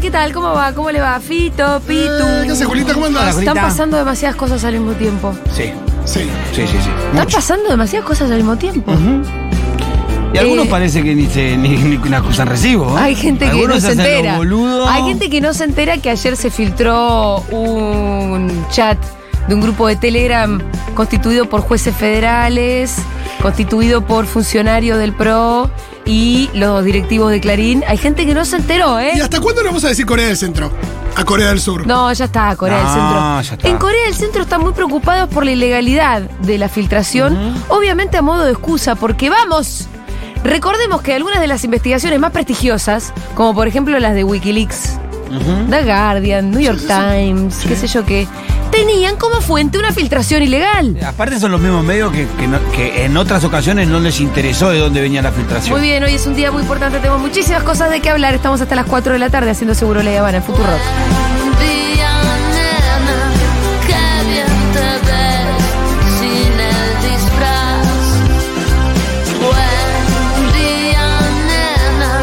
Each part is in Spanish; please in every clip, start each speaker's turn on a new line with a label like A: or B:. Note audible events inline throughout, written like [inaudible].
A: ¿qué tal? ¿Cómo va? ¿Cómo le va? Fito, Pitu.
B: Eh, ¿Qué haces, Julita? ¿Cómo
C: Hola,
B: andás?
C: Juli.
A: Están
C: Julita?
A: pasando demasiadas cosas al mismo tiempo.
C: Sí,
B: Sí,
C: sí, sí. sí.
A: Están
B: mucho.
A: pasando demasiadas cosas al mismo tiempo.
C: Y algunos
A: Eh,
C: parece que ni, se, ni, ni que nos cruzan recibo. ¿eh?
A: Hay gente que
C: Algunos
A: no se
C: hacen los
A: entera.
C: boludos.
A: Hay gente que no se entera que ayer se filtró un chat de un grupo de Telegram constituido por jueces federales, constituido por funcionarios del PRO y los directivos de Clarín. Hay gente que no se enteró, ¿eh?
B: ¿Y hasta cuándo le vamos a decir Corea del Centro? A Corea del Sur.
A: No, ya está, Corea del
C: No,
A: Centro.
C: ya está.
A: En Corea del Centro están muy preocupados por la ilegalidad de la filtración, obviamente a modo de excusa, porque vamos. Recordemos que algunas de las investigaciones más prestigiosas, como por ejemplo las de Wikileaks, The Guardian, New York Times, qué sé yo qué, tenían como fuente una filtración ilegal.
C: Aparte son los mismos medios que, que no- que en otras ocasiones no les interesó de dónde venía la filtración.
A: Muy bien, hoy es un día muy importante, tenemos muchísimas cosas de qué hablar. Estamos hasta las 4 de la tarde haciendo Seguro La Habana en Futuro
D: Día, nena, qué bien te ves sin el disfraz. Buen día, nena,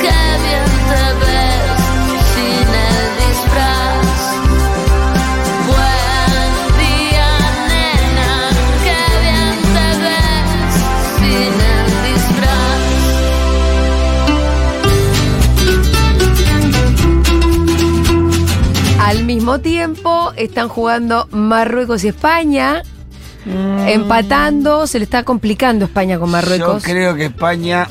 D: qué bien te ves sin el disfraz. Buen día, nena, qué bien te ves sin el disfraz.
A: Al mismo tiempo están jugando Marruecos y España. Empatando, se le está complicando España con Marruecos.
C: Mm. Yo creo que España.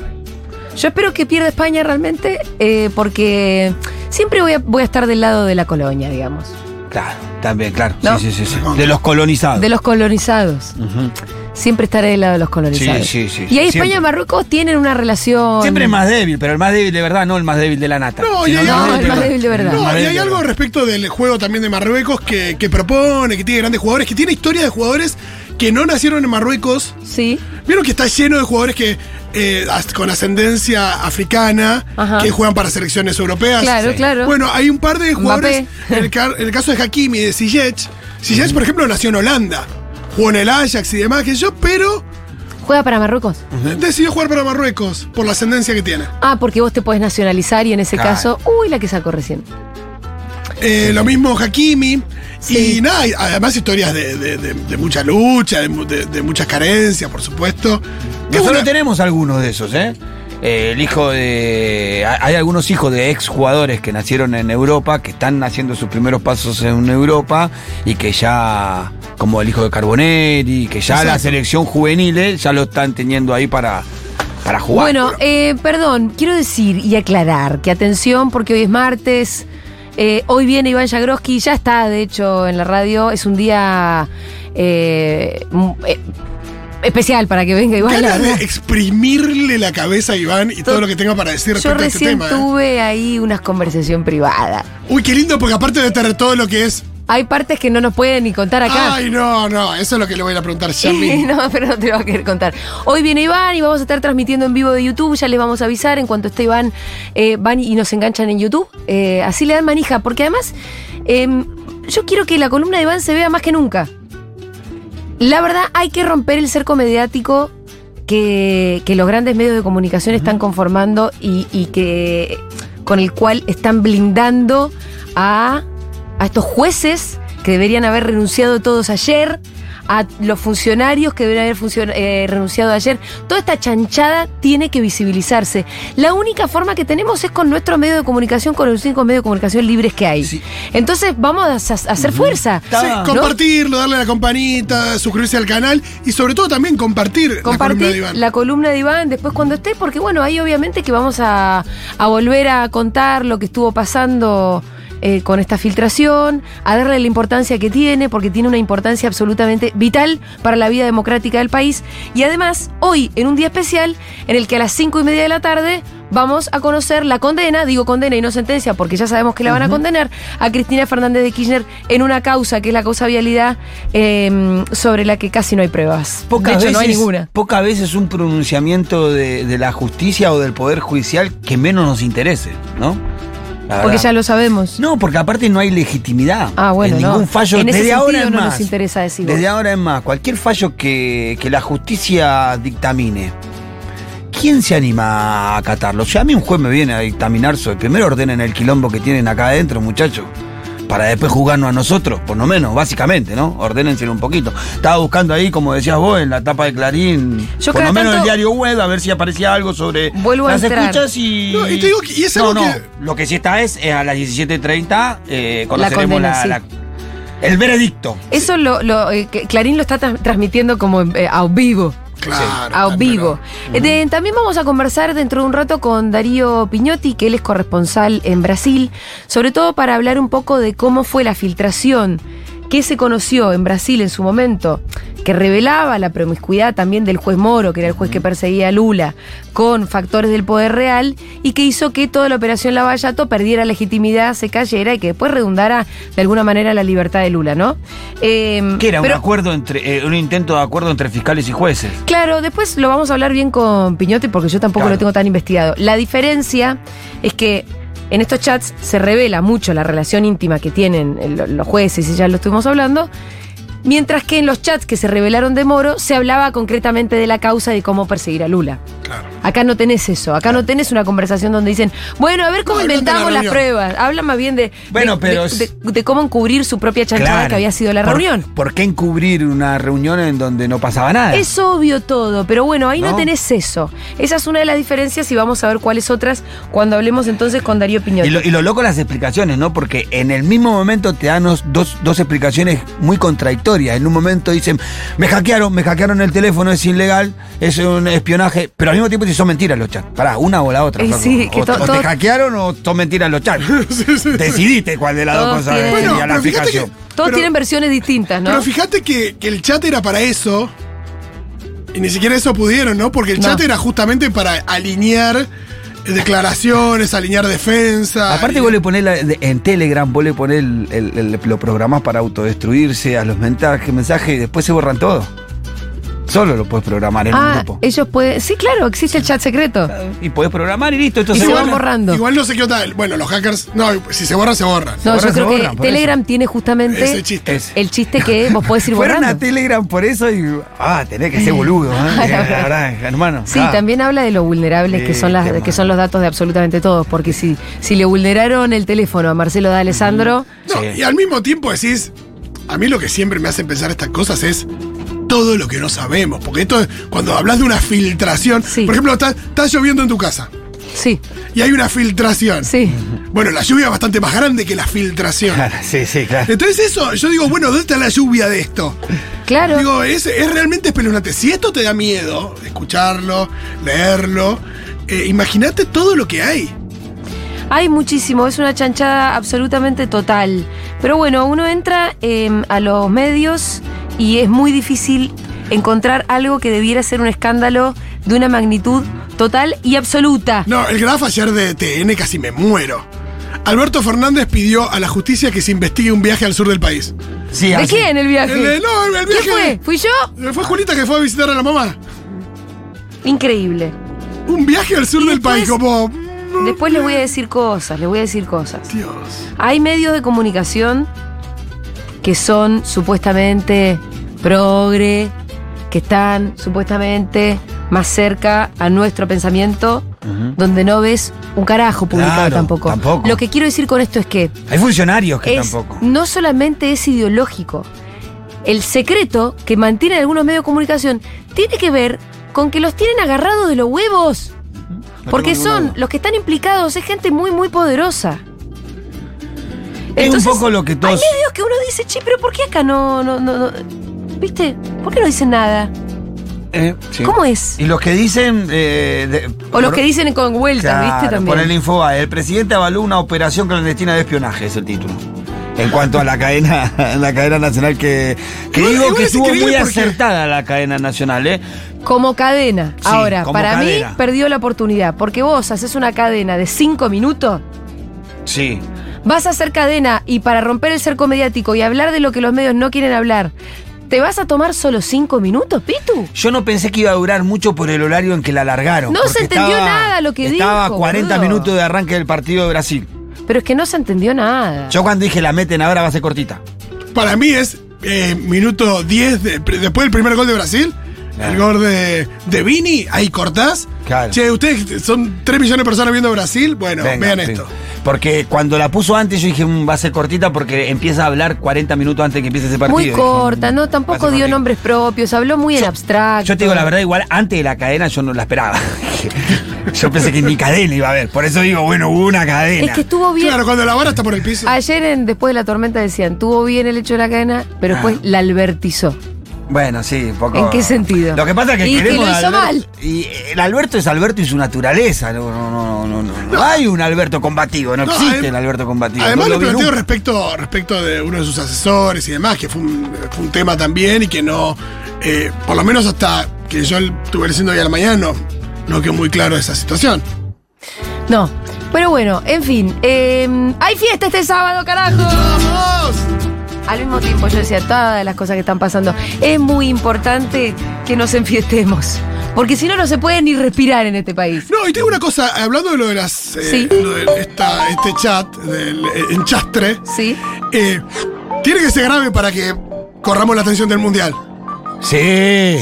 A: Yo espero que pierda España realmente, eh, porque siempre voy a, voy a estar del lado de la colonia, digamos,
C: Claro, también, claro.
A: No.
C: Sí, sí, sí, sí. De los colonizados.
A: de los colonizados.
C: Ujú.
A: Siempre estaré del lado de los colonizados.
C: Sí, sí, sí, sí,
A: Y ahí
C: siempre.
A: España y Marruecos tienen una relación.
C: Siempre el más débil, pero el más débil de verdad, no el más débil de la nata.
B: No, y
C: Sino
B: hay algo-
A: No, el más débil de verdad.
B: No, y hay
C: verdad.
B: algo respecto del juego también de Marruecos que, que propone, que tiene grandes jugadores, que tiene historia de jugadores que no nacieron en Marruecos.
A: Sí.
B: Vieron que está lleno de jugadores que eh, as- con ascendencia africana
A: Ajá.
B: que juegan para selecciones europeas.
A: Claro, Sí. claro.
B: Bueno, hay un par de jugadores.
A: Mbappé.
B: En el, ca- en el caso de Hakimi y de Ziyech. Ziyech, por ejemplo, nació en Holanda. Jugó en el Ajax y demás, que yo, pero
A: Juega para Marruecos.
B: decidió jugar para Marruecos por la ascendencia que tiene.
A: Ah, porque vos te podés nacionalizar y en ese
C: Claro.
A: caso. Uy, la que sacó recién.
B: Eh, lo mismo Hakimi.
A: Sí.
B: Y nada, y además historias de, de- de- de mucha lucha, de, mu- de- de muchas carencias, por supuesto. Que
C: Nosotros
B: una-
C: tenemos algunos de esos, ¿eh? Eh, El hijo de. ha- Hay algunos hijos de ex jugadores que nacieron en Europa, que están haciendo sus primeros pasos en Europa y que ya. Como el hijo de Carboneri, que ya la
B: Exacto.
C: selección juvenil eh, ya lo están teniendo ahí para, para jugar.
A: Bueno, eh, perdón, quiero decir y aclarar que atención porque hoy es martes, eh, hoy viene Iván Jagroski, ya está de hecho en la radio, es un día eh, m- eh, especial para que venga Iván. la
B: ganas de
A: verdad.
B: exprimirle la cabeza a Iván y todo lo que tenga para decir
A: Yo
B: respecto a este
A: recién
B: tema. ¿eh?
A: tuve ahí una conversación privada.
B: Uy, qué lindo, porque aparte de tener todo lo que es.
A: Hay partes que no nos pueden ni contar acá.
B: Ay, no, no, eso es lo que le voy a ir a preguntar ya
A: [laughs]
B: mismo.
A: no, pero no te lo voy a querer contar. Hoy viene Iván y vamos a estar transmitiendo en vivo de YouTube. Ya les vamos a avisar en cuanto esté Iván, eh, van y nos enganchan en YouTube. Eh, así le dan manija, porque además eh, yo quiero que la columna de Iván se vea más que nunca. La verdad, hay que romper el cerco mediático que, que los grandes medios de comunicación están conformando y, y que con el cual están blindando a, a estos jueces que deberían haber renunciado todos ayer, a los funcionarios que deberían haber funcion- eh, renunciado ayer. Toda esta chanchada tiene que visibilizarse. La única forma que tenemos es con nuestro medio de comunicación, con los cinco medios de comunicación libres que hay.
C: Sí.
A: Entonces vamos a, a- a hacer fuerza.
B: Sí,
C: Ah, ¿no?
B: compartirlo, darle a la campanita, suscribirse al canal y sobre todo también compartir, la columna de
A: compartir
B: Iván.
A: la columna de Iván después cuando esté, porque bueno, ahí obviamente que vamos a, a volver a contar lo que estuvo pasando eh, con esta filtración, a darle la importancia que tiene, porque tiene una importancia absolutamente vital para la vida democrática del país. Y además, hoy, en un día especial, en el que a las cinco y media de la tarde vamos a conocer la condena, digo condena y no sentencia, porque ya sabemos que la van a condenar, a Cristina Fernández de Kirchner en una causa, que es la causa vialidad, eh, sobre la que casi no hay pruebas.
C: Pocas
A: de hecho,
C: veces,
A: no hay ninguna.
C: Pocas veces un pronunciamiento de, de la justicia o del poder judicial que menos nos interese, ¿no? La
A: Porque
C: verdad.
A: ya lo sabemos.
C: No, porque aparte no hay legitimidad.
A: Ah, bueno,
C: En ningún
A: no.
C: fallo.
A: En ese
C: desde
A: sentido
C: ahora en
A: no nos
C: más.
A: interesa decirlo.
C: Desde ahora en más. Cualquier fallo que, que la justicia dictamine, ¿quién se anima a acatarlo? Si a mí un juez me viene a dictaminar sobre, primero ordenen el quilombo que tienen acá adentro, muchachos. Para después jugarnos a nosotros, por lo menos, básicamente, ¿no? Ordénenselo un poquito. Estaba buscando ahí, como decías vos, en la tapa de Clarín,
A: Yo
C: por
A: cada
C: lo menos el
A: tanto-
C: diario web, a ver si aparecía algo sobre
A: Vuelvo a
C: las
A: entrar.
C: escuchas y.
B: No, y te digo que- y es
C: no,
B: algo
C: no,
B: que-
C: Lo que sí está es, eh, a las 17.30 eh, conoceremos
A: condena,
C: la-
A: sí.
C: la- el veredicto.
A: Eso lo, lo, eh, que Clarín lo está tra- transmitiendo como eh, a vivo.
B: Claro.
A: a
B: claro,
A: vivo. Eh, de- también vamos a conversar dentro de un rato con Darío Piñotti, que él es corresponsal en Brasil, sobre todo para hablar un poco de cómo fue la filtración que se conoció en Brasil en su momento, que revelaba la promiscuidad también del juez Moro, que era el juez que perseguía a Lula, con factores del poder real y que hizo que toda la operación Lavallato perdiera legitimidad, se cayera y que después redundara de alguna manera la libertad de Lula, ¿no? Eh,
C: Que era
A: pero-
C: un acuerdo entre, eh, un intento de acuerdo entre fiscales y jueces.
A: Claro, después lo vamos a hablar bien con Piñotti porque yo tampoco
C: Claro.
A: lo tengo tan investigado. La diferencia es que en estos chats se revela mucho la relación íntima que tienen eh, lo- los jueces, y ya lo estuvimos hablando, mientras que en los chats que se revelaron de Moro se hablaba concretamente de la causa y de cómo perseguir a Lula.
B: Claro.
A: Acá no tenés eso, acá no tenés una conversación donde dicen, bueno, a ver cómo
B: No, hablan de la
A: inventamos las
B: reunión.
A: pruebas. Habla más bien de,
C: Bueno,
A: de-
C: pero
A: de-
C: es-
A: de- de cómo encubrir su propia chanchada que había sido la
C: ¿Por-
A: reunión.
C: ¿Por qué encubrir una reunión en donde no pasaba nada?
A: Es obvio todo, pero bueno, ahí no,
C: ¿No?
A: tenés eso. Esa es una de las diferencias y vamos a ver cuáles otras cuando hablemos entonces con Darío Piñón.
C: Y lo, y lo loco las explicaciones, ¿no? Porque en el mismo momento te dan os- dos, dos explicaciones muy contradictorias. En un momento dicen, me hackearon, me hackearon el teléfono, es ilegal, es un espionaje. Pero al mismo tiempo si son mentiras los chats. Pará, una o la otra.
A: Eh,
C: flaco.
A: sí, que
C: o,
A: to-
C: o
A: todo-
C: te hackearon o son mentiras los
B: [laughs]
C: chats. Decidiste cuál de las dos
A: Todos
C: cosas
A: tienen-
C: sería
B: Bueno,
C: la
B: pero fíjate que,
C: explicación.
A: Todos
B: pero-
A: tienen versiones distintas, ¿no?
B: Pero fíjate que, que el chat era para eso. Y ni siquiera eso pudieron, ¿no? Porque el
A: No.
B: chat era justamente para alinear eh, declaraciones, alinear defensa.
C: Aparte
B: y-
C: vos le ponés la- de- en Telegram, vos le ponés el, el- el- lo programás para autodestruirse a los mensajes, mensajes y después se borran todo. Solo lo puedes programar en un
A: ah,
C: grupo.
A: ellos pueden. Sí, claro, existe el chat secreto.
C: Y podés programar y listo, esto
A: Y
C: se,
A: se
C: borra.
A: van borrando.
B: Igual no sé qué tal. Bueno, los hackers. No, si se borran, se borran.
A: no,
C: borra,
A: yo
C: se
A: creo
C: borra,
A: que
C: por
A: Telegram tiene justamente
B: Ese chiste.
C: Es-
A: el chiste que vos podés
B: [laughs]
A: ir
C: Fueron a
A: borrando. Ah,
C: Telegram por eso y. Ah, tenés que ser
A: [laughs]
C: boludo, ¿eh? La verdad, hermano.
A: Sí,
C: ah.
A: también habla de lo vulnerables que
C: Sí,
A: son las
C: tema.
A: que son los datos de absolutamente todos, porque si, si le vulneraron el teléfono a Marcelo de Alessandro,
B: No,
C: Sí.
B: Y al mismo tiempo decís. A mí lo que siempre me hace pensar estas cosas es todo lo que no sabemos. Porque esto, es- cuando hablas de una filtración.
A: Sí.
B: Por ejemplo, está, está lloviendo en tu casa.
A: sí,
B: Y hay una filtración.
A: sí.
B: Bueno, la lluvia es bastante más grande que la
A: [laughs]
C: [laughs]
B: filtración.
C: Claro, sí, sí, claro.
B: Entonces eso, yo digo, bueno, ¿dónde está la lluvia de esto?
A: Claro.
B: Digo, es, es realmente espeluznante. Si esto te da miedo, escucharlo, leerlo, eh, imagínate todo lo que hay.
A: Hay muchísimo, es una chanchada absolutamente total. Pero bueno, uno entra eh, a los medios y es muy difícil encontrar algo que debiera ser un escándalo de una magnitud total y absoluta.
B: No, el graf ayer de TN casi me muero. Alberto Fernández pidió a la justicia que se investigue un viaje al sur del país.
C: Sí,
A: ¿De
C: así.
A: quién el viaje?
B: El, eh, no, el, el
A: ¿Qué
B: viaje.
A: fue? ¿Fui yo?
B: fue? Julita que fue a visitar a la mamá.
A: Increíble.
B: Un viaje al sur
A: Y
B: del
A: después-
B: país, como. mm,
A: Después les voy a decir cosas, les voy a decir cosas.
B: Dios.
A: Hay medios de comunicación que son supuestamente progre, que están supuestamente más cerca a nuestro pensamiento, donde no ves un carajo publicado
C: Claro,
A: tampoco.
C: tampoco.
A: Lo que quiero decir con esto es que,
C: Hay funcionarios que
A: es-
C: tampoco.
A: no solamente es ideológico, el secreto que mantienen algunos medios de comunicación tiene que ver con que los tienen agarrados de los huevos.
C: No
A: Porque
C: tengo
A: son,
C: ninguna duda.
A: los que están implicados, es gente muy, muy poderosa.
C: Es
A: Entonces,
C: un poco lo que
A: Hay
C: todos.
A: medios que uno dice, che, pero ¿por qué acá no, no, no, no- ¿Viste? ¿Por qué no dicen nada?
C: Eh, sí.
A: ¿Cómo es?
C: Y los que dicen. eh, de-
A: O los
C: por-
A: que dicen con vueltas, ¿viste?
C: Claro,
A: También.
C: Por el Infobae, el presidente avaló una operación clandestina de espionaje, es el título. En cuanto a la cadena, [laughs] la cadena nacional que, que
B: Igual-
C: digo
B: igual
C: que
B: es
C: estuvo muy
B: increíble porque-
C: acertada la cadena nacional, ¿eh?
A: Como cadena.
C: Sí,
A: Ahora,
C: como
A: para mí
C: cadena.
A: perdió la oportunidad, porque vos haces una cadena de cinco minutos,
C: Sí.
A: vas a hacer cadena y para romper el cerco mediático y hablar de lo que los medios no quieren hablar, ¿te vas a tomar solo cinco minutos, Pitu?
C: Yo no pensé que iba a durar mucho por el horario en que la alargaron.
A: No
C: porque
A: se entendió
C: estaba-
A: nada lo que
C: Estaba
A: dijo,
C: 40
A: boludo.
C: minutos de arranque del partido de Brasil.
A: Pero es que no se entendió nada.
C: Yo cuando dije la meten ahora va a ser cortita.
B: Para mí es eh, minuto 10 de- pre- después del primer gol de Brasil. El gol de, de Vini, ahí cortás.
C: Ah. Claro.
B: Che, ustedes son 3 millones de personas viendo Brasil. Bueno,
C: Venga,
B: vean
C: sí.
B: esto.
C: Porque cuando la puso antes yo dije, "Mm, va a ser cortita porque empieza a hablar 40 minutos antes que empiece ese partido.
A: Muy
C: Dije,
A: corta,
C: "Mm,
A: ¿no?
C: va a
A: Tampoco
C: ser
A: dio
C: cortita".
A: nombres propios, habló muy en abstracto.
C: Yo te digo la verdad, igual antes de la cadena yo no la esperaba. [laughs] yo pensé que ni cadena iba a haber. Por eso digo, bueno, hubo una cadena.
A: Es que estuvo bien.
B: Claro, cuando la vara está por el piso.
A: Ayer, en, después de la tormenta, decían, tuvo bien el hecho de la cadena, pero después
C: Ah.
A: la albertizó.
C: Bueno, sí, un poco.
A: ¿En qué sentido?
C: Lo que pasa es que
A: Y que
C: queremos
A: lo
C: a
A: hizo
C: Alberto-
A: mal.
C: Y eh, el Alberto es Alberto y su naturaleza. No, no, no, no, no, no. hay un Alberto combativo, no,
B: No,
C: existe
B: adem-
C: el Alberto combativo.
B: Además
C: no
B: lo
C: vi
B: planteo
C: nunca.
B: respecto, respecto de uno de sus asesores y demás, que fue un, fue un tema también y que no, eh, por lo menos hasta que yo estuve leyendo hoy a la mañana, no, no quedó muy claro esa situación.
A: No. Pero bueno, en fin. eh, ¡Hay fiesta este sábado, carajo!
B: ¡Vamos!
A: Al mismo tiempo, yo decía, todas las cosas que están pasando. Es muy importante que nos enfiestemos. Porque si no, no se puede ni respirar en este país.
B: No, y tengo una cosa, hablando de lo de las. eh,
A: Sí.
B: lo de esta- este chat, del eh, enchastre,
A: ¿Sí?
B: eh, tiene que ser grave para que corramos la atención del mundial.
C: Sí.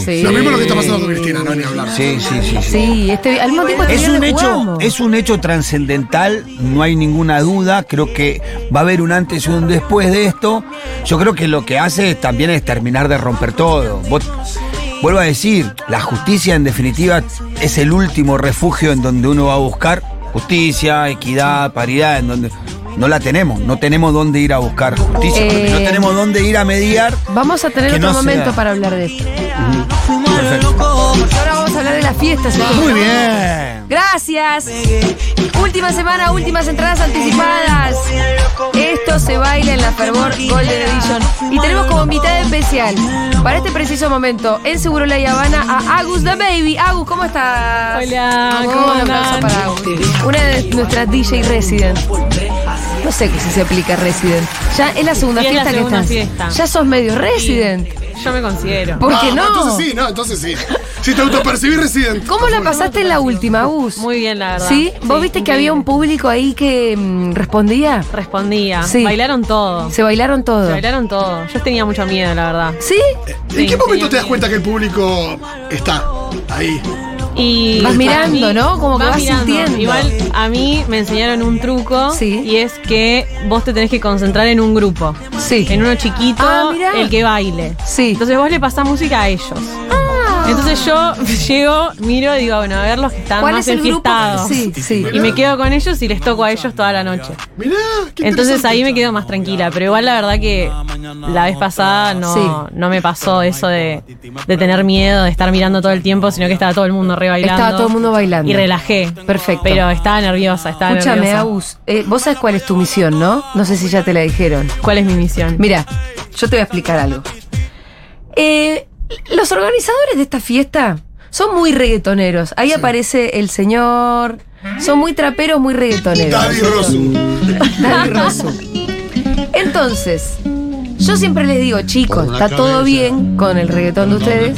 A: Sí.
B: Lo mismo lo que está pasando con Cristina, no ni hablar. Ah,
C: Sí, sí, sí. sí.
A: Sí, este, al mismo tiempo este
C: Es un,
A: viernes
C: hecho,
A: jugamos.
C: es un hecho trascendental, no hay ninguna duda. Creo que va a haber un antes y un después de esto. Yo creo que lo que hace también es terminar de romper todo. Vos- vuelvo a decir, la justicia en definitiva es el último refugio en donde uno va a buscar justicia, equidad, paridad, en donde no la tenemos, no tenemos dónde ir a buscar justicia, porque no
A: Eh.
C: tenemos dónde ir a mediar.
A: Vamos a tener
C: Que
A: otro
C: no sea-
A: momento para hablar de esto. Porque ahora vamos a hablar de las fiestas.
C: Muy bien.
A: Gracias. Última semana, últimas entradas anticipadas. Esto se baila en la Fervor Golden Edition. Y tenemos como invitada especial, para este preciso momento, en Seguro La Habana, a Agus the Baby. Agus, ¿cómo estás?
E: Hola,
A: Agus,
E: ¿cómo
A: un abrazo
E: andan?
A: para Agus. Una de nuestras DJ Resident. No sé si se aplica Resident. Ya es la segunda
E: Sí, es la
A: fiesta
E: segunda
A: que estás.
E: fiesta.
A: Ya sos medio Resident.
E: Yo me considero.
A: ¿Por qué
B: Ah,
A: no?
B: Entonces sí, no, entonces sí. Si te autopercibís residente.
A: ¿Cómo la pasaste en la última, Gus?
E: Muy bien, la verdad.
A: ¿Sí? ¿Vos viste que había un
E: increíble.
A: público ahí que mm, respondía?
E: Respondía.
A: Sí.
E: Bailaron todo.
A: Se bailaron todo.
E: Se bailaron todo. Yo tenía mucho miedo, la verdad.
A: ¿Sí?
B: ¿En
E: Sí,
B: qué momento
E: sí,
B: te das
E: sí.
B: cuenta que el público está ahí?
E: Y
A: Vas mirando,
E: a
A: ¿no? Como que vas
E: mirando.
A: sintiendo.
E: Igual a mí me enseñaron un truco
A: Sí.
E: y es que vos te tenés que concentrar en un grupo.
A: Sí.
E: En uno chiquito,
A: Ah, mirá.
E: el que baile.
A: Sí. Ah.
E: Entonces vos le pasás música a ellos. Entonces yo [laughs] llego, miro y digo, bueno, a ver los que están
A: ¿Cuál
E: más
A: es el grupo?
E: enfiestados.
A: Sí, sí.
E: Y me quedo con ellos y les toco a ellos toda la noche.
B: Mirá, qué
E: Entonces
B: interesante.
E: ahí me quedo más tranquila, pero igual la verdad que la vez pasada no,
A: Sí.
E: no me pasó eso de, de tener miedo, de estar mirando todo el tiempo, sino que estaba todo el mundo re bailando.
A: Estaba todo el mundo bailando.
E: Y relajé.
A: Perfecto.
E: Pero estaba nerviosa, estaba
A: Escúchame,
E: nerviosa.
A: Agus. eh, vos sabés cuál es tu misión, ¿no? No sé si ya te la dijeron.
E: ¿Cuál es mi misión?
A: Mira, yo te voy a explicar algo. Eh, los organizadores de esta fiesta son muy reggaetoneros. Ahí aparece el señor. Son muy traperos, muy reggaetoneros.
B: Daddy Rosu.
A: Daddy Rosu. Entonces, yo siempre les digo, chicos, está todo bien con el reggaetón de ustedes,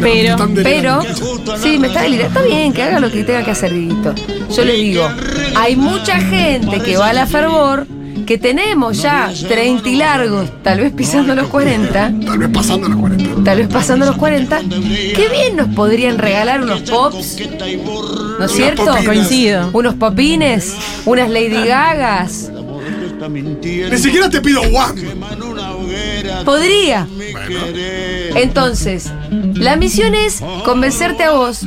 E: Pero
B: Están
A: pero.
B: delirando.
A: Sí, me está delirando. Está bien, que haga lo que tenga que hacer, Dieguito. Yo les digo, hay mucha gente que va a la fervor, que tenemos ya 30 y largos, tal vez pisando los 40,
B: Tal vez pasando los 40.
A: tal vez pasando los 40, que bien nos podrían regalar unos pops, ¿no es cierto?
B: popinas.
E: coincido.
A: Unos popines, unas Lady Gagas.
B: Ni siquiera te pido guam.
A: Podría. Entonces, la misión es convencerte a vos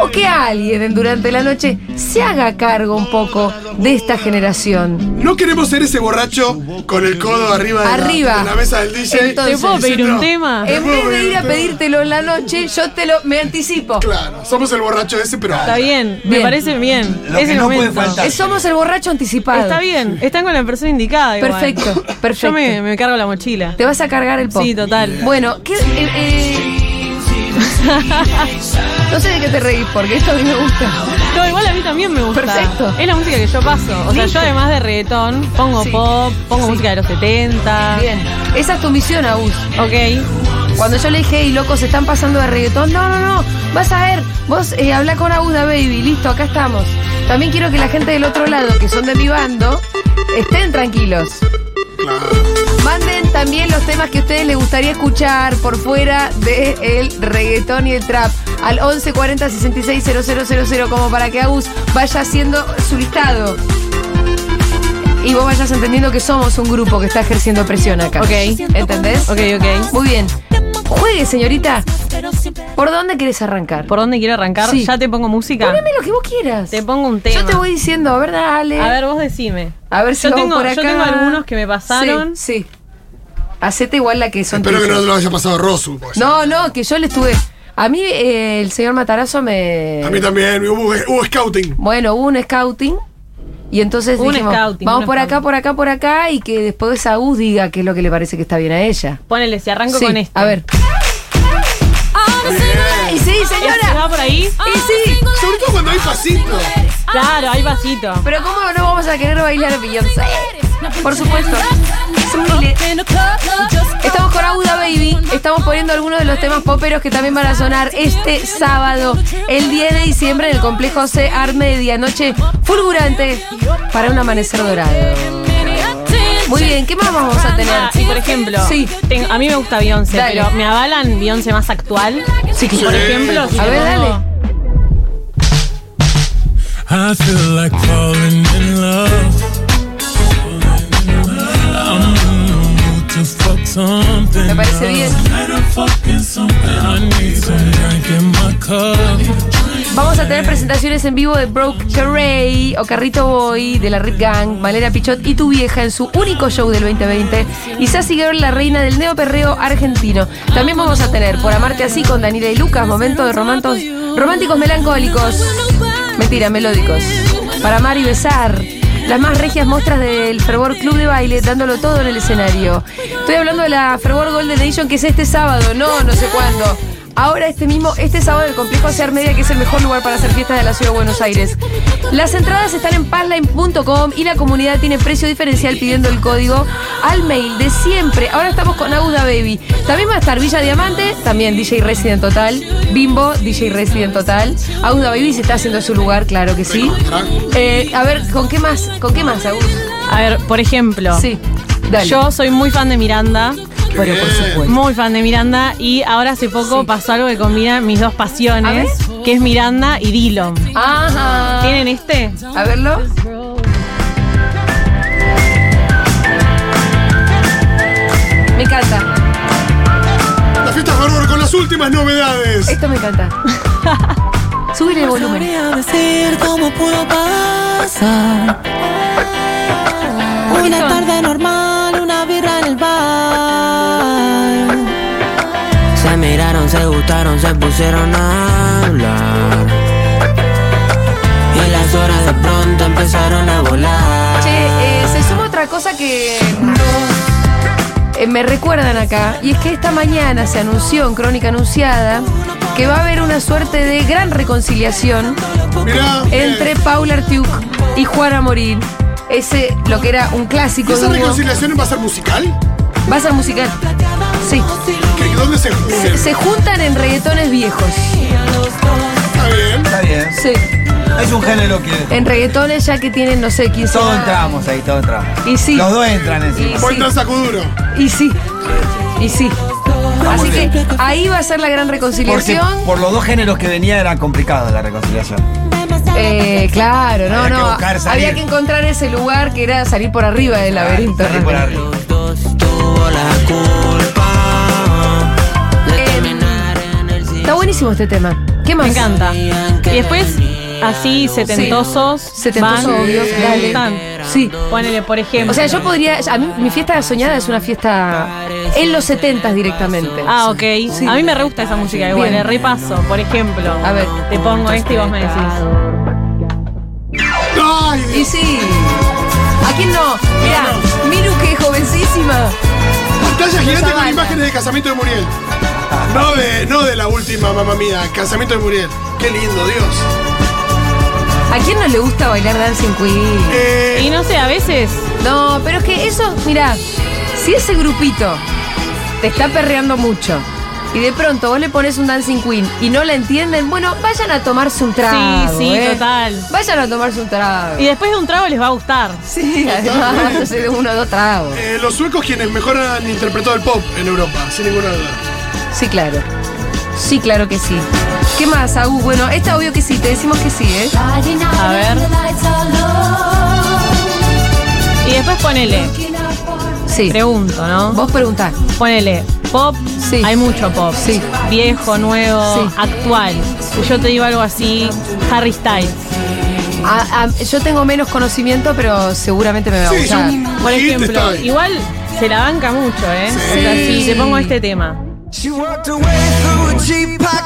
A: o que alguien en- durante la noche se haga cargo un poco de esta generación.
B: No queremos ser ese borracho con el codo arriba de, la-
A: Arriba.
B: de La, mesa del DJ.
A: Entonces,
E: ¿Te puedo pedir un
B: No.
E: tema?
A: En vez de ir a pedírtelo en la noche, yo te lo me anticipo.
B: Claro, somos el borracho ese, pero.
E: Está bien, me
A: Bien.
E: parece bien.
C: Lo
E: es
C: que
E: el
C: no puede
E: momento.
C: faltar.
A: Eh, Somos el borracho anticipado.
E: Está bien, están con la persona indicada. igual.
A: Perfecto, perfecto.
E: Yo me, me cargo la mochila.
A: Te vas a cargar el pop.
E: Sí, total.
A: Bueno, ¿qué, eh,
E: [laughs]
A: eh? no sé de qué te reís, porque esto a mí me gusta.
E: No, igual a mí también me gusta.
A: Perfecto.
E: Es la música que yo paso. O sea, yo además de reggaetón, pongo
A: Sí.
E: pop, pongo música de los 70.
A: Bien, esa es tu misión, Agus.
E: Ok.
A: Cuando yo le dije, hey, loco, se están pasando de reggaetón. No, no, no. Vas a ver. Vos eh, habla con Aguda Baby. Listo, acá estamos. También quiero que la gente del otro lado, que son de mi bando, estén tranquilos.
B: Claro.
A: Manden también los temas que a ustedes les gustaría escuchar por fuera del el reggaetón y el trap. Al 11 40 66 000 como para que Agus vaya haciendo su listado. Y vos vayas entendiendo que somos un grupo que está ejerciendo presión acá.
E: Ok.
A: ¿Entendés?
E: Ok, ok.
A: Muy bien. Juegue, señorita. ¿Por dónde querés arrancar?
E: ¿Por dónde quiero arrancar?
A: Sí.
E: Ya te pongo música.
A: Poneme lo que vos quieras.
E: Te pongo un tema.
A: Yo te voy diciendo, a ver, dale.
E: A ver, vos decime.
A: A ver si
E: yo
A: vamos
E: tengo,
A: por
E: Yo
A: acá.
E: tengo algunos que me pasaron.
A: Sí, sí. Hacete igual la que son
B: Espero que
A: tuyos.
B: no lo haya pasado Rosu. pues.
A: No, no, que yo le estuve. A mí eh, el señor Matarazo me.
B: A mí también, hubo, hubo scouting.
A: Bueno, hubo un scouting. Y entonces
E: Un
A: dijimos,
E: scouting,
A: vamos
E: un
A: por acá,
E: scouting.
A: por acá, por acá, y que después Agus diga qué es lo que le parece que está bien a ella.
E: Ponele, si arranco
A: Sí,
E: con este.
A: A ver. Y sí,
E: ¿Este va
A: señora.
E: por ahí?
A: Y sí.
B: Sobre todo cuando hay pasito.
E: Claro, hay vasito.
A: Pero ¿cómo no vamos a querer bailar a Beyoncé? Por supuesto. Súbile. Estamos con Auda Baby, estamos poniendo algunos de los temas poperos que también van a sonar este sábado, el 10 de diciembre, en el complejo C Art Media, noche fulgurante para un amanecer dorado. Muy bien, ¿qué más vamos a
E: Ah, y
A: tener?
E: por ejemplo,
A: Sí.
E: tengo- a mí me gusta Beyoncé,
A: Dale.
E: pero ¿me avalan Beyoncé más actual?
A: Sí,
E: Por
B: Sí.
E: ejemplo, si
A: A
E: te
A: ver,
E: pongo-
A: dale.
F: I feel like falling in love. I'm in the mood to fuck something.
A: Me parece bien.
F: up. Better fucking something. I need some drink in my cup.
A: Vamos a tener presentaciones en vivo de Broke Carey o Carrito Boy, de la Rip Gang, Malera Pichot y tu vieja en su único show del 2020. Y Sassy Girl, la reina del neoperreo argentino. También vamos a tener Por Amarte Así con Daniela y Lucas, momentos de romantos, románticos melancólicos. Mentira, melódicos. Para amar y besar. Las más regias muestras del Fervor Club de Baile, dándolo todo en el escenario. Estoy hablando de la Fervor Golden Edition, que es este sábado, no, no sé cuándo. Ahora este mismo, este sábado en el complejo Hacer Media, que es el mejor lugar para hacer fiestas de la ciudad de Buenos Aires. Las entradas están en panline.com y la comunidad tiene precio diferencial pidiendo el código al mail de siempre. Ahora estamos con Auda Baby. También va a estar Villa Diamante, también DJ Resident Total, Bimbo, DJ Resident Total. Auda Baby se está haciendo su lugar, claro que sí. Eh, a ver, ¿con qué más? ¿Con qué más, Agus?
E: A ver, por ejemplo,
A: Sí, dale.
E: Ah. yo soy muy fan de Miranda.
A: bueno, por supuesto.
E: Muy fan de Miranda y ahora hace poco
A: Pues- Sí.
E: pasó algo que combina mis dos
A: A ver.
E: pasiones, que es Miranda y Dillon.
A: Ajá.
E: ¿Tienen este?
A: A verlo. Me encanta.
B: La fiesta Fervor con las últimas novedades.
A: Esto me encanta. Subir el volumen.
G: Podría decir cómo pudo pasar. Una tarde normal, una birra en el bar. Se miraron, se gustaron, se pusieron a hablar. Y las horas de pronto empezaron a volar.
A: Che, eh, se suma otra cosa que eh, me recuerdan acá. Y es que esta mañana se anunció en Crónica Anunciada que va a haber una suerte de gran reconciliación
B: Mirá.
A: entre
B: eh,
A: Paula Artiuk y Juana Morín. Ese, lo que era un clásico
B: ¿Esa
A: dúo.
B: reconciliación va a ser musical?
A: Va a ser musical. Sí.
B: ¿Qué- ¿Dónde se
A: Se, se juntan en reggaetones viejos.
B: Está bien.
C: Está bien.
A: Sí.
C: Es un género que.
A: En reggaetones ya que tienen, no sé, 15
C: Todos
A: años.
C: entramos ahí, todos entramos.
A: Y sí.
C: Los dos entran
A: Y
C: encima.
A: sí.
B: Buen saco duro.
A: Y sí. Y sí. Así que ahí va a ser la gran
C: Porque
A: reconciliación.
C: por los dos géneros que venía era complicado la reconciliación.
A: Eh, claro, no,
C: Había que
A: no.
C: buscar salir.
A: Había que encontrar ese lugar que era salir por arriba del laberinto.
C: Salí por arriba.
G: Los dos tuvo la culpa de
A: Eh,
G: terminar en el
A: Está buenísimo este tema. ¿Qué más?
E: Me encanta.
G: Decían que
E: Y después, así, setentosos.
A: Setentoso,
E: van,
A: obvio,
E: me
A: dale.
E: gustan.
A: Sí.
E: Ponele, por ejemplo.
A: O sea, yo podría. A mí, mi fiesta soñada es una fiesta en los 70 directamente.
E: Ah, ok.
A: Sí.
E: A mí me re gusta esa música igual.
A: Bien.
E: Le repaso, por ejemplo.
A: A ver.
E: Te pongo este y vos me decís.
B: Ay,
A: Y sí. ¿A quién no? Mira, Miru que es jovencísima.
B: pantalla gigante con
A: banda.
B: imágenes de casamiento de Muriel. No de, no de la última, mamá mía. Casamiento de Muriel. Qué lindo, Dios.
A: ¿A quién no le gusta bailar Dancing Queen?
E: Y
B: Eh,
E: no sé, a veces.
A: No, pero es que eso, mira, si ese grupito te está perreando mucho y de pronto vos le pones un Dancing Queen y no la entienden, bueno, vayan a tomarse un trago.
E: Sí, sí,
A: ¿eh?
E: total.
A: Vayan a tomarse un trago.
E: Y después de un trago les va a gustar.
A: Sí, [laughs] además, vas a hacer uno o dos tragos.
B: Eh, los suecos quienes mejor han interpretado el pop en Europa, sin ninguna duda.
A: Sí, claro. Sí, claro que sí. ¿Qué más, Agu? Bueno, esta obvio que sí, te decimos que sí, ¿eh?
E: A ver. Y después ponele,
A: Sí.
E: pregunto, ¿no?
A: Vos preguntás.
E: Ponele, pop,
A: Sí.
E: hay mucho pop.
A: Sí.
E: Viejo, nuevo,
A: Sí.
E: actual. Y yo te digo algo así, Harry Styles.
A: A- a- yo tengo menos conocimiento, pero seguramente me va a
B: Sí,
A: gustar.
B: sí.
E: Por
B: Hit está
E: ejemplo,
B: bien.
E: igual se la banca mucho, ¿eh?
B: Sí.
E: O sea, si te pongo este tema.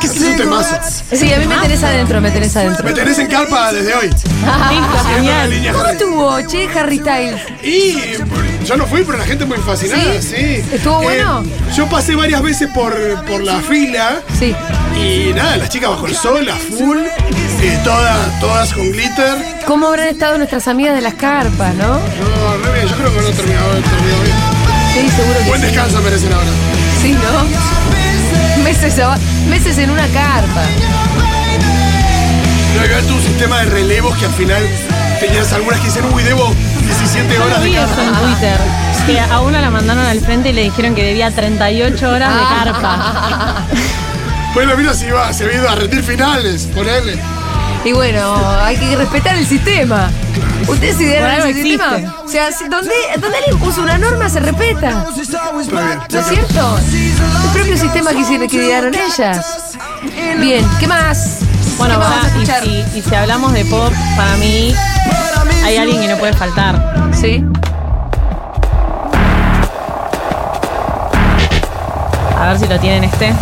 B: Es un temazo.
A: Sí, a mí me tenés adentro, me tenés adentro.
B: Me tenés en carpa desde hoy.
A: Ah.
B: Siguiendo
E: Listo,
B: la
E: genial.
B: línea.
A: ¿Cómo estuvo, che, Harry Styles?
B: Y eh, yo no fui, pero la gente muy fascinada,
A: ¿Sí?
B: sí.
A: ¿Estuvo
B: Eh,
A: bueno?
B: yo pasé varias veces por, por la fila
A: Sí.
B: y nada, las chicas bajo el sol, a full, eh, todas, todas con glitter.
A: ¿Cómo habrán estado nuestras amigas de las carpas, no?
B: No, re bien, yo creo que no terminado, terminado bien.
A: Sí, seguro que
B: Buen descanso merecen ahora.
A: sí, ¿no? Meses, a- meses en una carpa.
B: Debe haber todo un sistema de relevos que al final tenías algunas que dicen, uy, debo 17
E: Yo
B: horas de
E: vi eso en
B: carpa.
E: Twitter. Que a una la mandaron al frente y le dijeron que debía 38 horas de
A: Ah.
E: carpa.
B: Pues lo mira si iba, se había ido a rendir finales, ponele.
A: Y bueno, hay que respetar el sistema. ¿Ustedes
E: Por
A: idearon
E: algo
A: el
E: existe.
A: sistema? O sea, si- donde, donde alguien puso una norma se respeta.
B: Está bien.
A: ¿No es cierto? El propio sistema que, hicieron, que idearon ellas. Bien, ¿qué más?
E: Bueno,
A: ¿Qué más
E: pará,
A: vamos a
E: y
A: escuchar?
E: si, y si hablamos de pop, para mí hay alguien que no puede faltar.
A: Sí.
E: A ver si lo tienen este.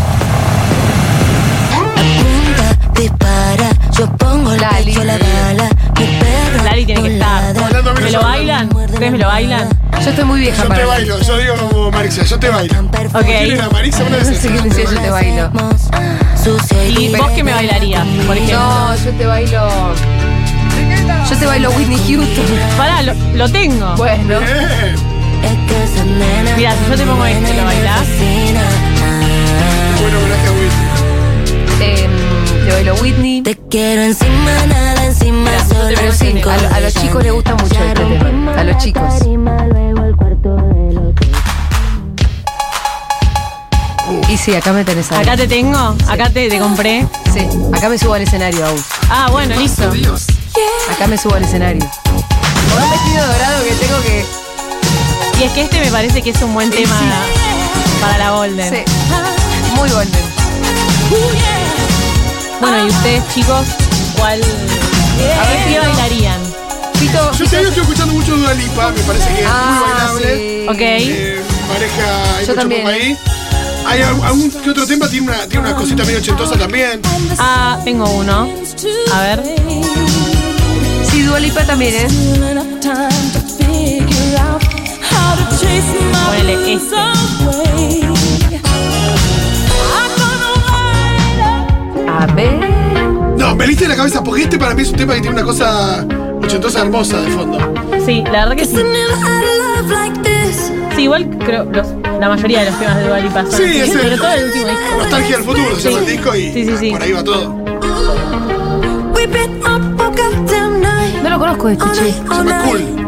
D: Dispara, yo pongo el
A: Lali.
D: pecho a la bala. Mi perro
E: Lali tiene que
D: no
E: estar.
D: ladra.
B: Bailando a mí
E: ¿Me lo
B: solo.
E: bailan? ¿Ustedes me lo bailan?
A: Yo estoy muy vieja
B: Yo te
A: para
B: bailo, yo digo como Marixia, yo te bailo.
E: Ok.
B: ¿Quién era Marixia? Una de
A: [laughs] No
B: esas.
A: sé qué decía, yo te bailo.
D: Sucio y
E: ¿Y vos qué me bailarías, por ejemplo?
A: No, yo te bailo. Yo te bailo Whitney Houston. [laughs]
E: Pará, lo, lo tengo.
A: Bueno.
B: Eh,
D: es que esa nena
E: Mira, si yo te pongo este, ¿lo bailás?
D: fascina.
B: Bueno, homenaje a Whitney.
A: eh, te bailo Whitney.
D: Te quiero encima, nada encima, solo
A: Pero sí,
D: cinco
A: a, lo- a los chicos les gusta mucho este tema. A los chicos. Y sí, acá me tenés ahí.
E: Acá te tengo, acá te, te compré.
A: Sí, acá me subo al escenario, Agus.
E: Ah, bueno, listo.
A: Acá me subo al escenario. Con un vestido dorado que tengo que.
E: Y es que este me parece que es un buen tema para la Golden.
A: Sí. Muy golden.
E: Bueno, y ustedes, chicos, ¿cuál? A ver qué bailarían.
A: Pito.
B: Yo te digo, estoy escuchando mucho Dua Lipa, me parece que es muy
A: Ah,
B: bailable.
A: sí.
E: Ok.
B: Eh, pareja, hay
A: Yo
B: mucho
A: también,
B: pop ahí. Hay al- algún que otro tema, tiene una, tiene una cosita medio ochentosa también.
E: Ah, tengo uno. A ver.
A: Sí, Dua Lipa también, ¿eh?
E: Ponele este.
A: A ver.
B: No, me diste la cabeza porque este para mí es un tema que tiene una cosa ochentosa hermosa de fondo.
E: Sí, la verdad que sí. Sí, igual creo los- la mayoría de los temas de Dua Lipa son
B: Sí,
E: así,
B: es
E: Sobre
B: el-
E: todo el último disco.
B: Nostalgia del futuro, se llama el disco y
E: Sí, sí, sí.
B: por ahí va todo.
A: No lo conozco este, che.
B: Se llama Cool.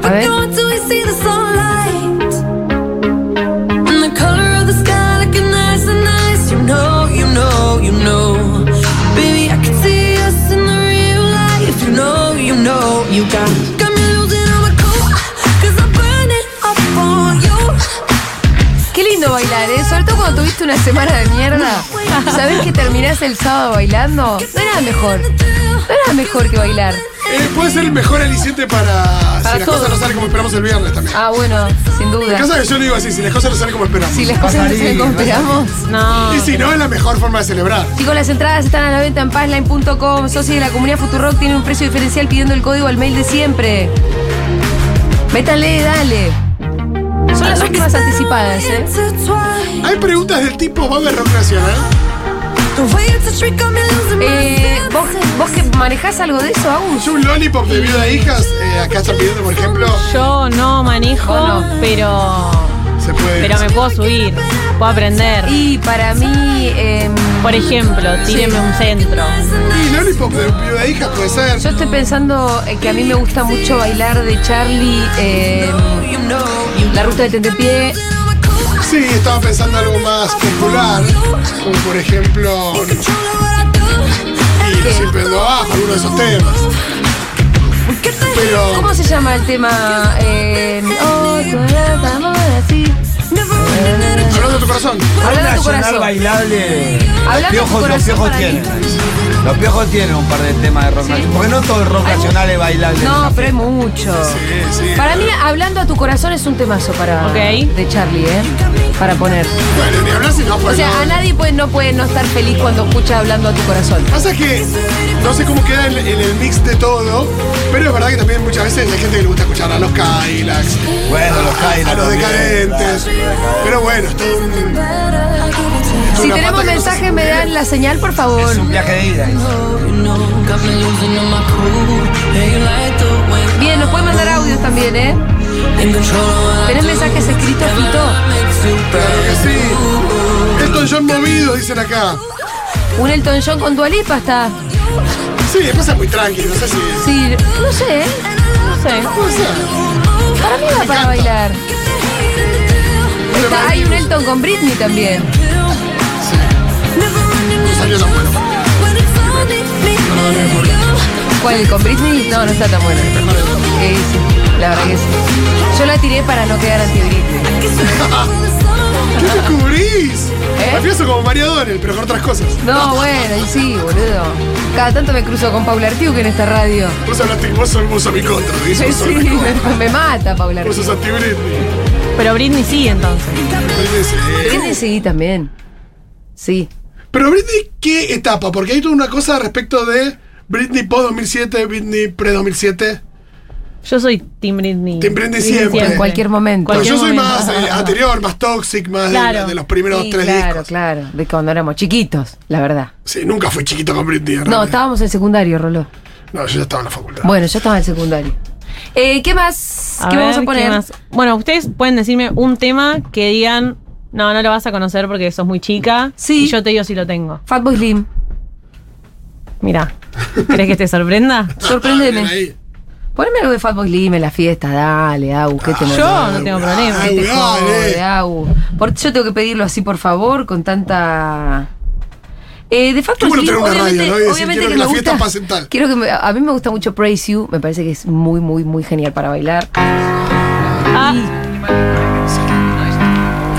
A: A ver. Qué lindo bailar, ¿eh? Sobre todo cuando tuviste una semana de mierda. ¿Sabés que terminás el sábado bailando? No era mejor. No era mejor que bailar.
B: Eh, puede ser el mejor aliciente para,
A: Para
B: si las
A: todo.
B: cosas no salen como esperamos el viernes también.
A: Ah, bueno, sin
B: En
A: duda.
B: caso de que yo le digo así, si las cosas no salen como esperamos.
A: Si las cosas no se compramos.
E: No.
B: Y si no, es la mejor forma de celebrar.
A: Chicos, las entradas están a la venta en pazline.com. Socios de la comunidad Futurock tienen un precio diferencial pidiendo el código al mail de siempre. Métanle, dale. Son las últimas anticipadas, ¿eh?
B: Hay preguntas del tipo, ¿va a haber rock nacional?
A: Eh, ¿vos, ¿Vos que manejás algo de eso, Agus?
B: Yo un lollipop de viuda e hijas, eh, acá están pidiendo, por ejemplo,
E: Yo no manejo,
A: Yo no.
E: pero.
B: se Se puede.
E: Pero me puedo subir, puedo aprender.
A: Y para mí. em,
E: Por ejemplo, tíreme un centro.
B: Y Lollipop de un pibe de hija puede ser.
A: Yo estoy pensando eh, que a mí me gusta mucho bailar de Charlie eh, la ruta de Tentepié.
B: Sí, estaba pensando algo más popular. Como por ejemplo. Y siempre ando abajo, alguno de esos temas. Pero.
A: ¿Cómo se llama el tema? Eh, oh, tu amor, así.
B: Hablando de tu corazón.
A: Hablando de tu
C: Nacional
A: corazón.
C: bailable.
A: Hablando de
C: Los
A: tu
C: piojos, los
A: corazón
C: piojos
A: para
C: tienen. Los piojos tienen un par de temas de rock nacional. Porque no todo el rock
A: Hay mu-
C: nacional es bailable.
A: No, pero hay mucho.
B: Sí, sí.
A: Para mí, hablando a tu corazón es un temazo para
E: Ok.
A: de Charlie, ¿eh? Para poner.
B: Bueno, ni hablar si no
A: O
B: pues,
A: sea,
B: no.
A: a nadie puede, no puede no estar feliz cuando escucha hablando a tu corazón.
B: Pasa que no sé cómo queda en, en el mix de todo, pero es verdad que también muchas veces hay gente que le gusta escuchar a los Kylax,
C: Bueno, los Kylax
B: a los
C: también,
B: decadentes. Pero bueno, es todo un. es
A: Si
B: una
A: tenemos
B: pata que no se
A: mensajes, me
B: supone.
A: dan la señal, por favor.
C: Es un viaje de ida.
A: Bien, nos pueden mandar audios también, ¿eh? ¿Tenés mensajes escritos, Fito?
B: Claro que sí. Elton John movido, dicen acá.
A: Un Elton John con Dualipa está.
B: Sí, pasa muy tranquilo, no sé si.
A: Sí, no sé, ¿eh?
E: No sé.
B: puede ser.
A: Para mí va para
B: encanta.
A: bailar. Está- hay un Elton con Britney también.
B: No salió tan [laughs] bueno.
A: ¿Cuál? ¿Con Britney? No, no está tan bueno. Eh, sí, la verdad que sí. Yo la tiré para no quedar anti-Britney.
B: ¿Qué descubrís?
A: ¿Eh?
B: Al final son como Mario Donel, pero con otras cosas.
A: No, bueno, y sí, boludo. Cada tanto me cruzo con Paula Artiuk en esta radio.
B: Vos hablaste, vos sos, vos sos mi contra,
A: [laughs] Sí, [laughs]
B: dices.
A: sí, me, me mata Paula
B: Vos sos
A: Artiuk.
B: anti-Britney.
E: Pero Britney sí, entonces.
B: Entonces, eh,
A: Britney sí, también. Sí.
B: Pero Britney, ¿qué etapa? Porque hay toda una cosa respecto de Britney post-2007, Britney pre-2007.
E: Yo soy Team Britney.
B: Team Britney siempre.
A: En cualquier momento.
B: Pero
E: Cualquier
B: yo soy
E: momento.
B: más eh, anterior, más toxic, más de-
E: Claro.
B: de, los primeros
A: Sí,
B: tres
A: claro,
B: discos.
A: claro. De cuando éramos chiquitos, la verdad.
B: Sí, nunca fui chiquito con Britney. en
A: No,
B: realidad.
A: estábamos en secundario, Roló.
B: No, yo ya estaba en la facultad.
A: Bueno, yo estaba en secundario. Eh, ¿Qué más?
E: A
A: ¿Qué
E: ver,
A: vamos a poner?
E: más? Bueno, ustedes pueden decirme un tema que digan, no, no lo vas a conocer porque sos muy chica.
A: Sí.
E: Y yo te digo si lo tengo.
A: Fatboy Slim.
E: Mirá. ¿Crees que te sorprenda?
B: Ah, bien
A: Sorprendeme.
B: ahí.
A: Poneme algo de Fatboy Slim en la fiesta, dale, Agu, que te
B: Ah,
E: Yo no tengo problema.
B: Ay,
A: te
B: dale.
A: jode, Agu. Por- yo tengo que pedirlo así, por favor, con tanta. Eh, de
B: Qué
A: Fatboy
B: bueno
A: Slim,
B: tener una radio,
A: obviamente,
B: ¿no? Y decir,
A: obviamente
B: quiero
A: que
B: que la
A: me
B: fiesta
A: gusta-
B: pase en tal.
A: Quiero que me- a mí me gusta mucho Praise You, me parece que es muy, muy, muy genial para bailar.
E: Ah,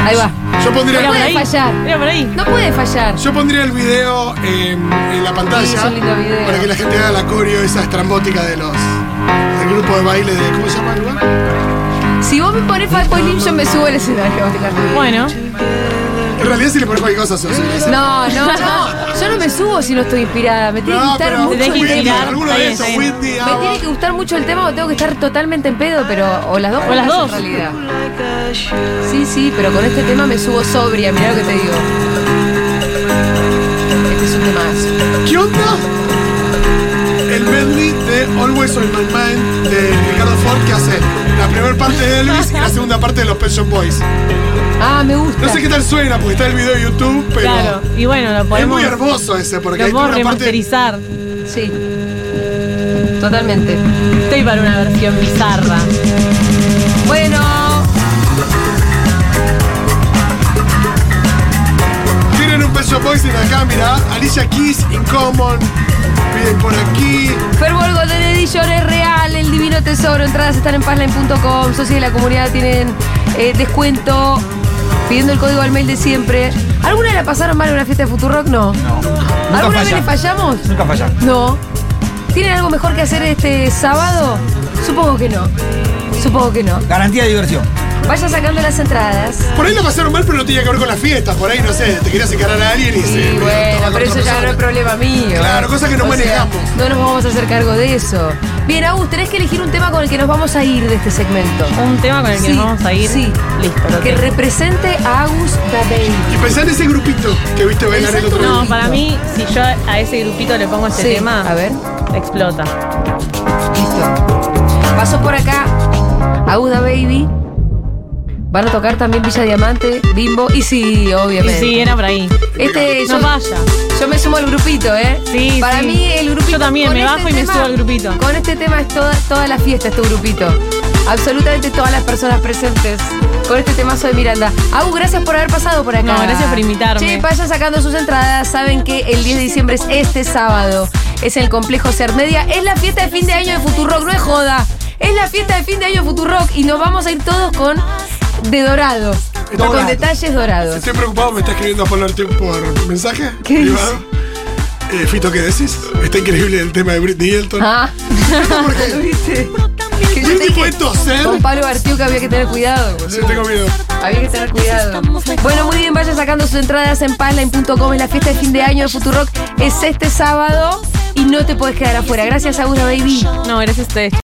A: Ahí va.
B: Yo pondría,
E: era por
A: puede
E: ahí.
A: fallar.
E: Era por ahí.
A: No puede fallar.
B: yo pondría el video eh, en la
A: Sí, es
B: pantalla
A: un lindo video.
B: para que la gente haga la coreo esa estrambótica de los del grupo de baile de ¿cómo se llama el lugar?
A: Si vos me pones Fatboy Slim, yo me subo al escenario a bailar.
E: Bueno,
B: En realidad si le pones cualquier cosa sos.
A: No, no, no. Yo no me subo si no estoy inspirada. Me tiene que
B: No,
A: gustar
B: pero
A: mucho.
E: tenés que
A: el
B: Whitney,
E: inspirar,
B: alguno
E: está
B: de
E: bien,
B: esos,
E: está bien.
B: Whitney,
A: Me
B: ABBA.
A: tiene que gustar mucho el tema o tengo que estar totalmente en pedo, pero. O las dos
E: O las
A: cosas,
E: dos.
A: En realidad. Sí, sí, pero con este tema me subo sobria, mirá lo que te digo. Este es un temazo.
B: ¿Qué onda? El medley de Always on My Mind de Ricardo Ford que hace la primera parte de Elvis y la segunda parte de los Pet Shop Boys.
A: Ah, me gusta.
B: No sé qué tal suena porque está el video de YouTube, pero
E: claro. Y bueno, lo
B: es
E: podemos,
B: muy hermoso ese porque
E: lo
B: hay toda
E: podemos
B: una parte
E: remasterizar.
A: Sí. Totalmente.
E: Estoy para una versión bizarra.
A: Bueno.
B: Tienen un Pet Shop Boys en acá, mirá. Alicia Keys, Incommon. Piden por aquí.
A: Fervor Golden Edition es real, el divino tesoro. Entradas están en pasline.com. Socios de la comunidad tienen eh, descuento. Pidiendo el código al mail de siempre. ¿Alguna la pasaron mal en una fiesta de Futurock? No.
C: No. Nunca
A: ¿Alguna vez le
C: falla.
A: fallamos?
C: Nunca falla.
A: No. ¿Tienen algo mejor que hacer este sábado? Supongo que no. Supongo que no.
C: Garantía de diversión.
A: Vaya sacando las entradas.
B: Por ahí la pasaron mal, pero no tenía que ver con las fiestas. Por ahí, no sé, te querías encarar a alguien y se.
A: Y bueno,
B: toma
A: pero
B: con
A: eso
B: otra
A: ya no es
B: persona.
A: problema mío.
B: Claro, cosa que no
A: O sea,
B: manejamos.
A: no nos vamos a hacer cargo de eso. Bien, Agus, tenés que elegir un tema con el que nos vamos a ir de este segmento.
E: Un tema con el que
A: Sí,
E: nos vamos a ir.
A: Sí.
E: Listo. lo
A: que
E: tengo.
A: represente a Agus Dabei.
B: Y pensá en ese grupito que viste bailar el otro
E: No,
B: día.
E: para mí, si yo a ese grupito le pongo este
A: Sí,
E: tema,
A: a ver.
E: explota.
A: Listo. Pasó por acá Agus Baby Van a tocar también Villa Diamante, Bimbo y sí,
E: Y
A: obviamente.
E: sí, era por ahí.
A: Este,
E: No
A: yo,
E: vaya.
A: yo me sumo al grupito, ¿eh?
E: Sí,
A: Para
E: sí.
A: mí el grupito.
E: Yo también,
A: con este
E: me bajo y me subo al grupito.
A: Con este tema es toda, toda la fiesta, es tu grupito. Absolutamente todas las personas presentes. Con este temazo de Miranda. Agus, gracias por haber pasado por acá.
E: No, gracias por invitarme.
A: Che, vayan sacando sus entradas. Saben que el 10 de diciembre es este sábado. Es en el complejo Cermedia. Es la fiesta de fin de año de Futurock, no es joda. Es la fiesta de fin de año de Futurock y nos vamos a ir todos con de dorado. Con detalles dorados.
B: Estoy preocupado, me está escribiendo Pablo Artiuk por mensaje.
A: ¿Qué
B: privado. Eh, Fito, ¿qué decís? Está increíble el tema de Britney Elton.
A: Ah. ¿Viste? Que yo te
B: Britney
A: dije
B: puede toser.
A: con Pablo Artiuk había que tener cuidado.
B: Sí, tengo miedo.
A: Había que tener cuidado. Bueno, muy bien, vayan sacando sus entradas en pasline.com. Es la fiesta de fin de año de Futurock. Es este sábado y no te puedes quedar afuera. Gracias, Aura Baby.
E: No, gracias a ustedes.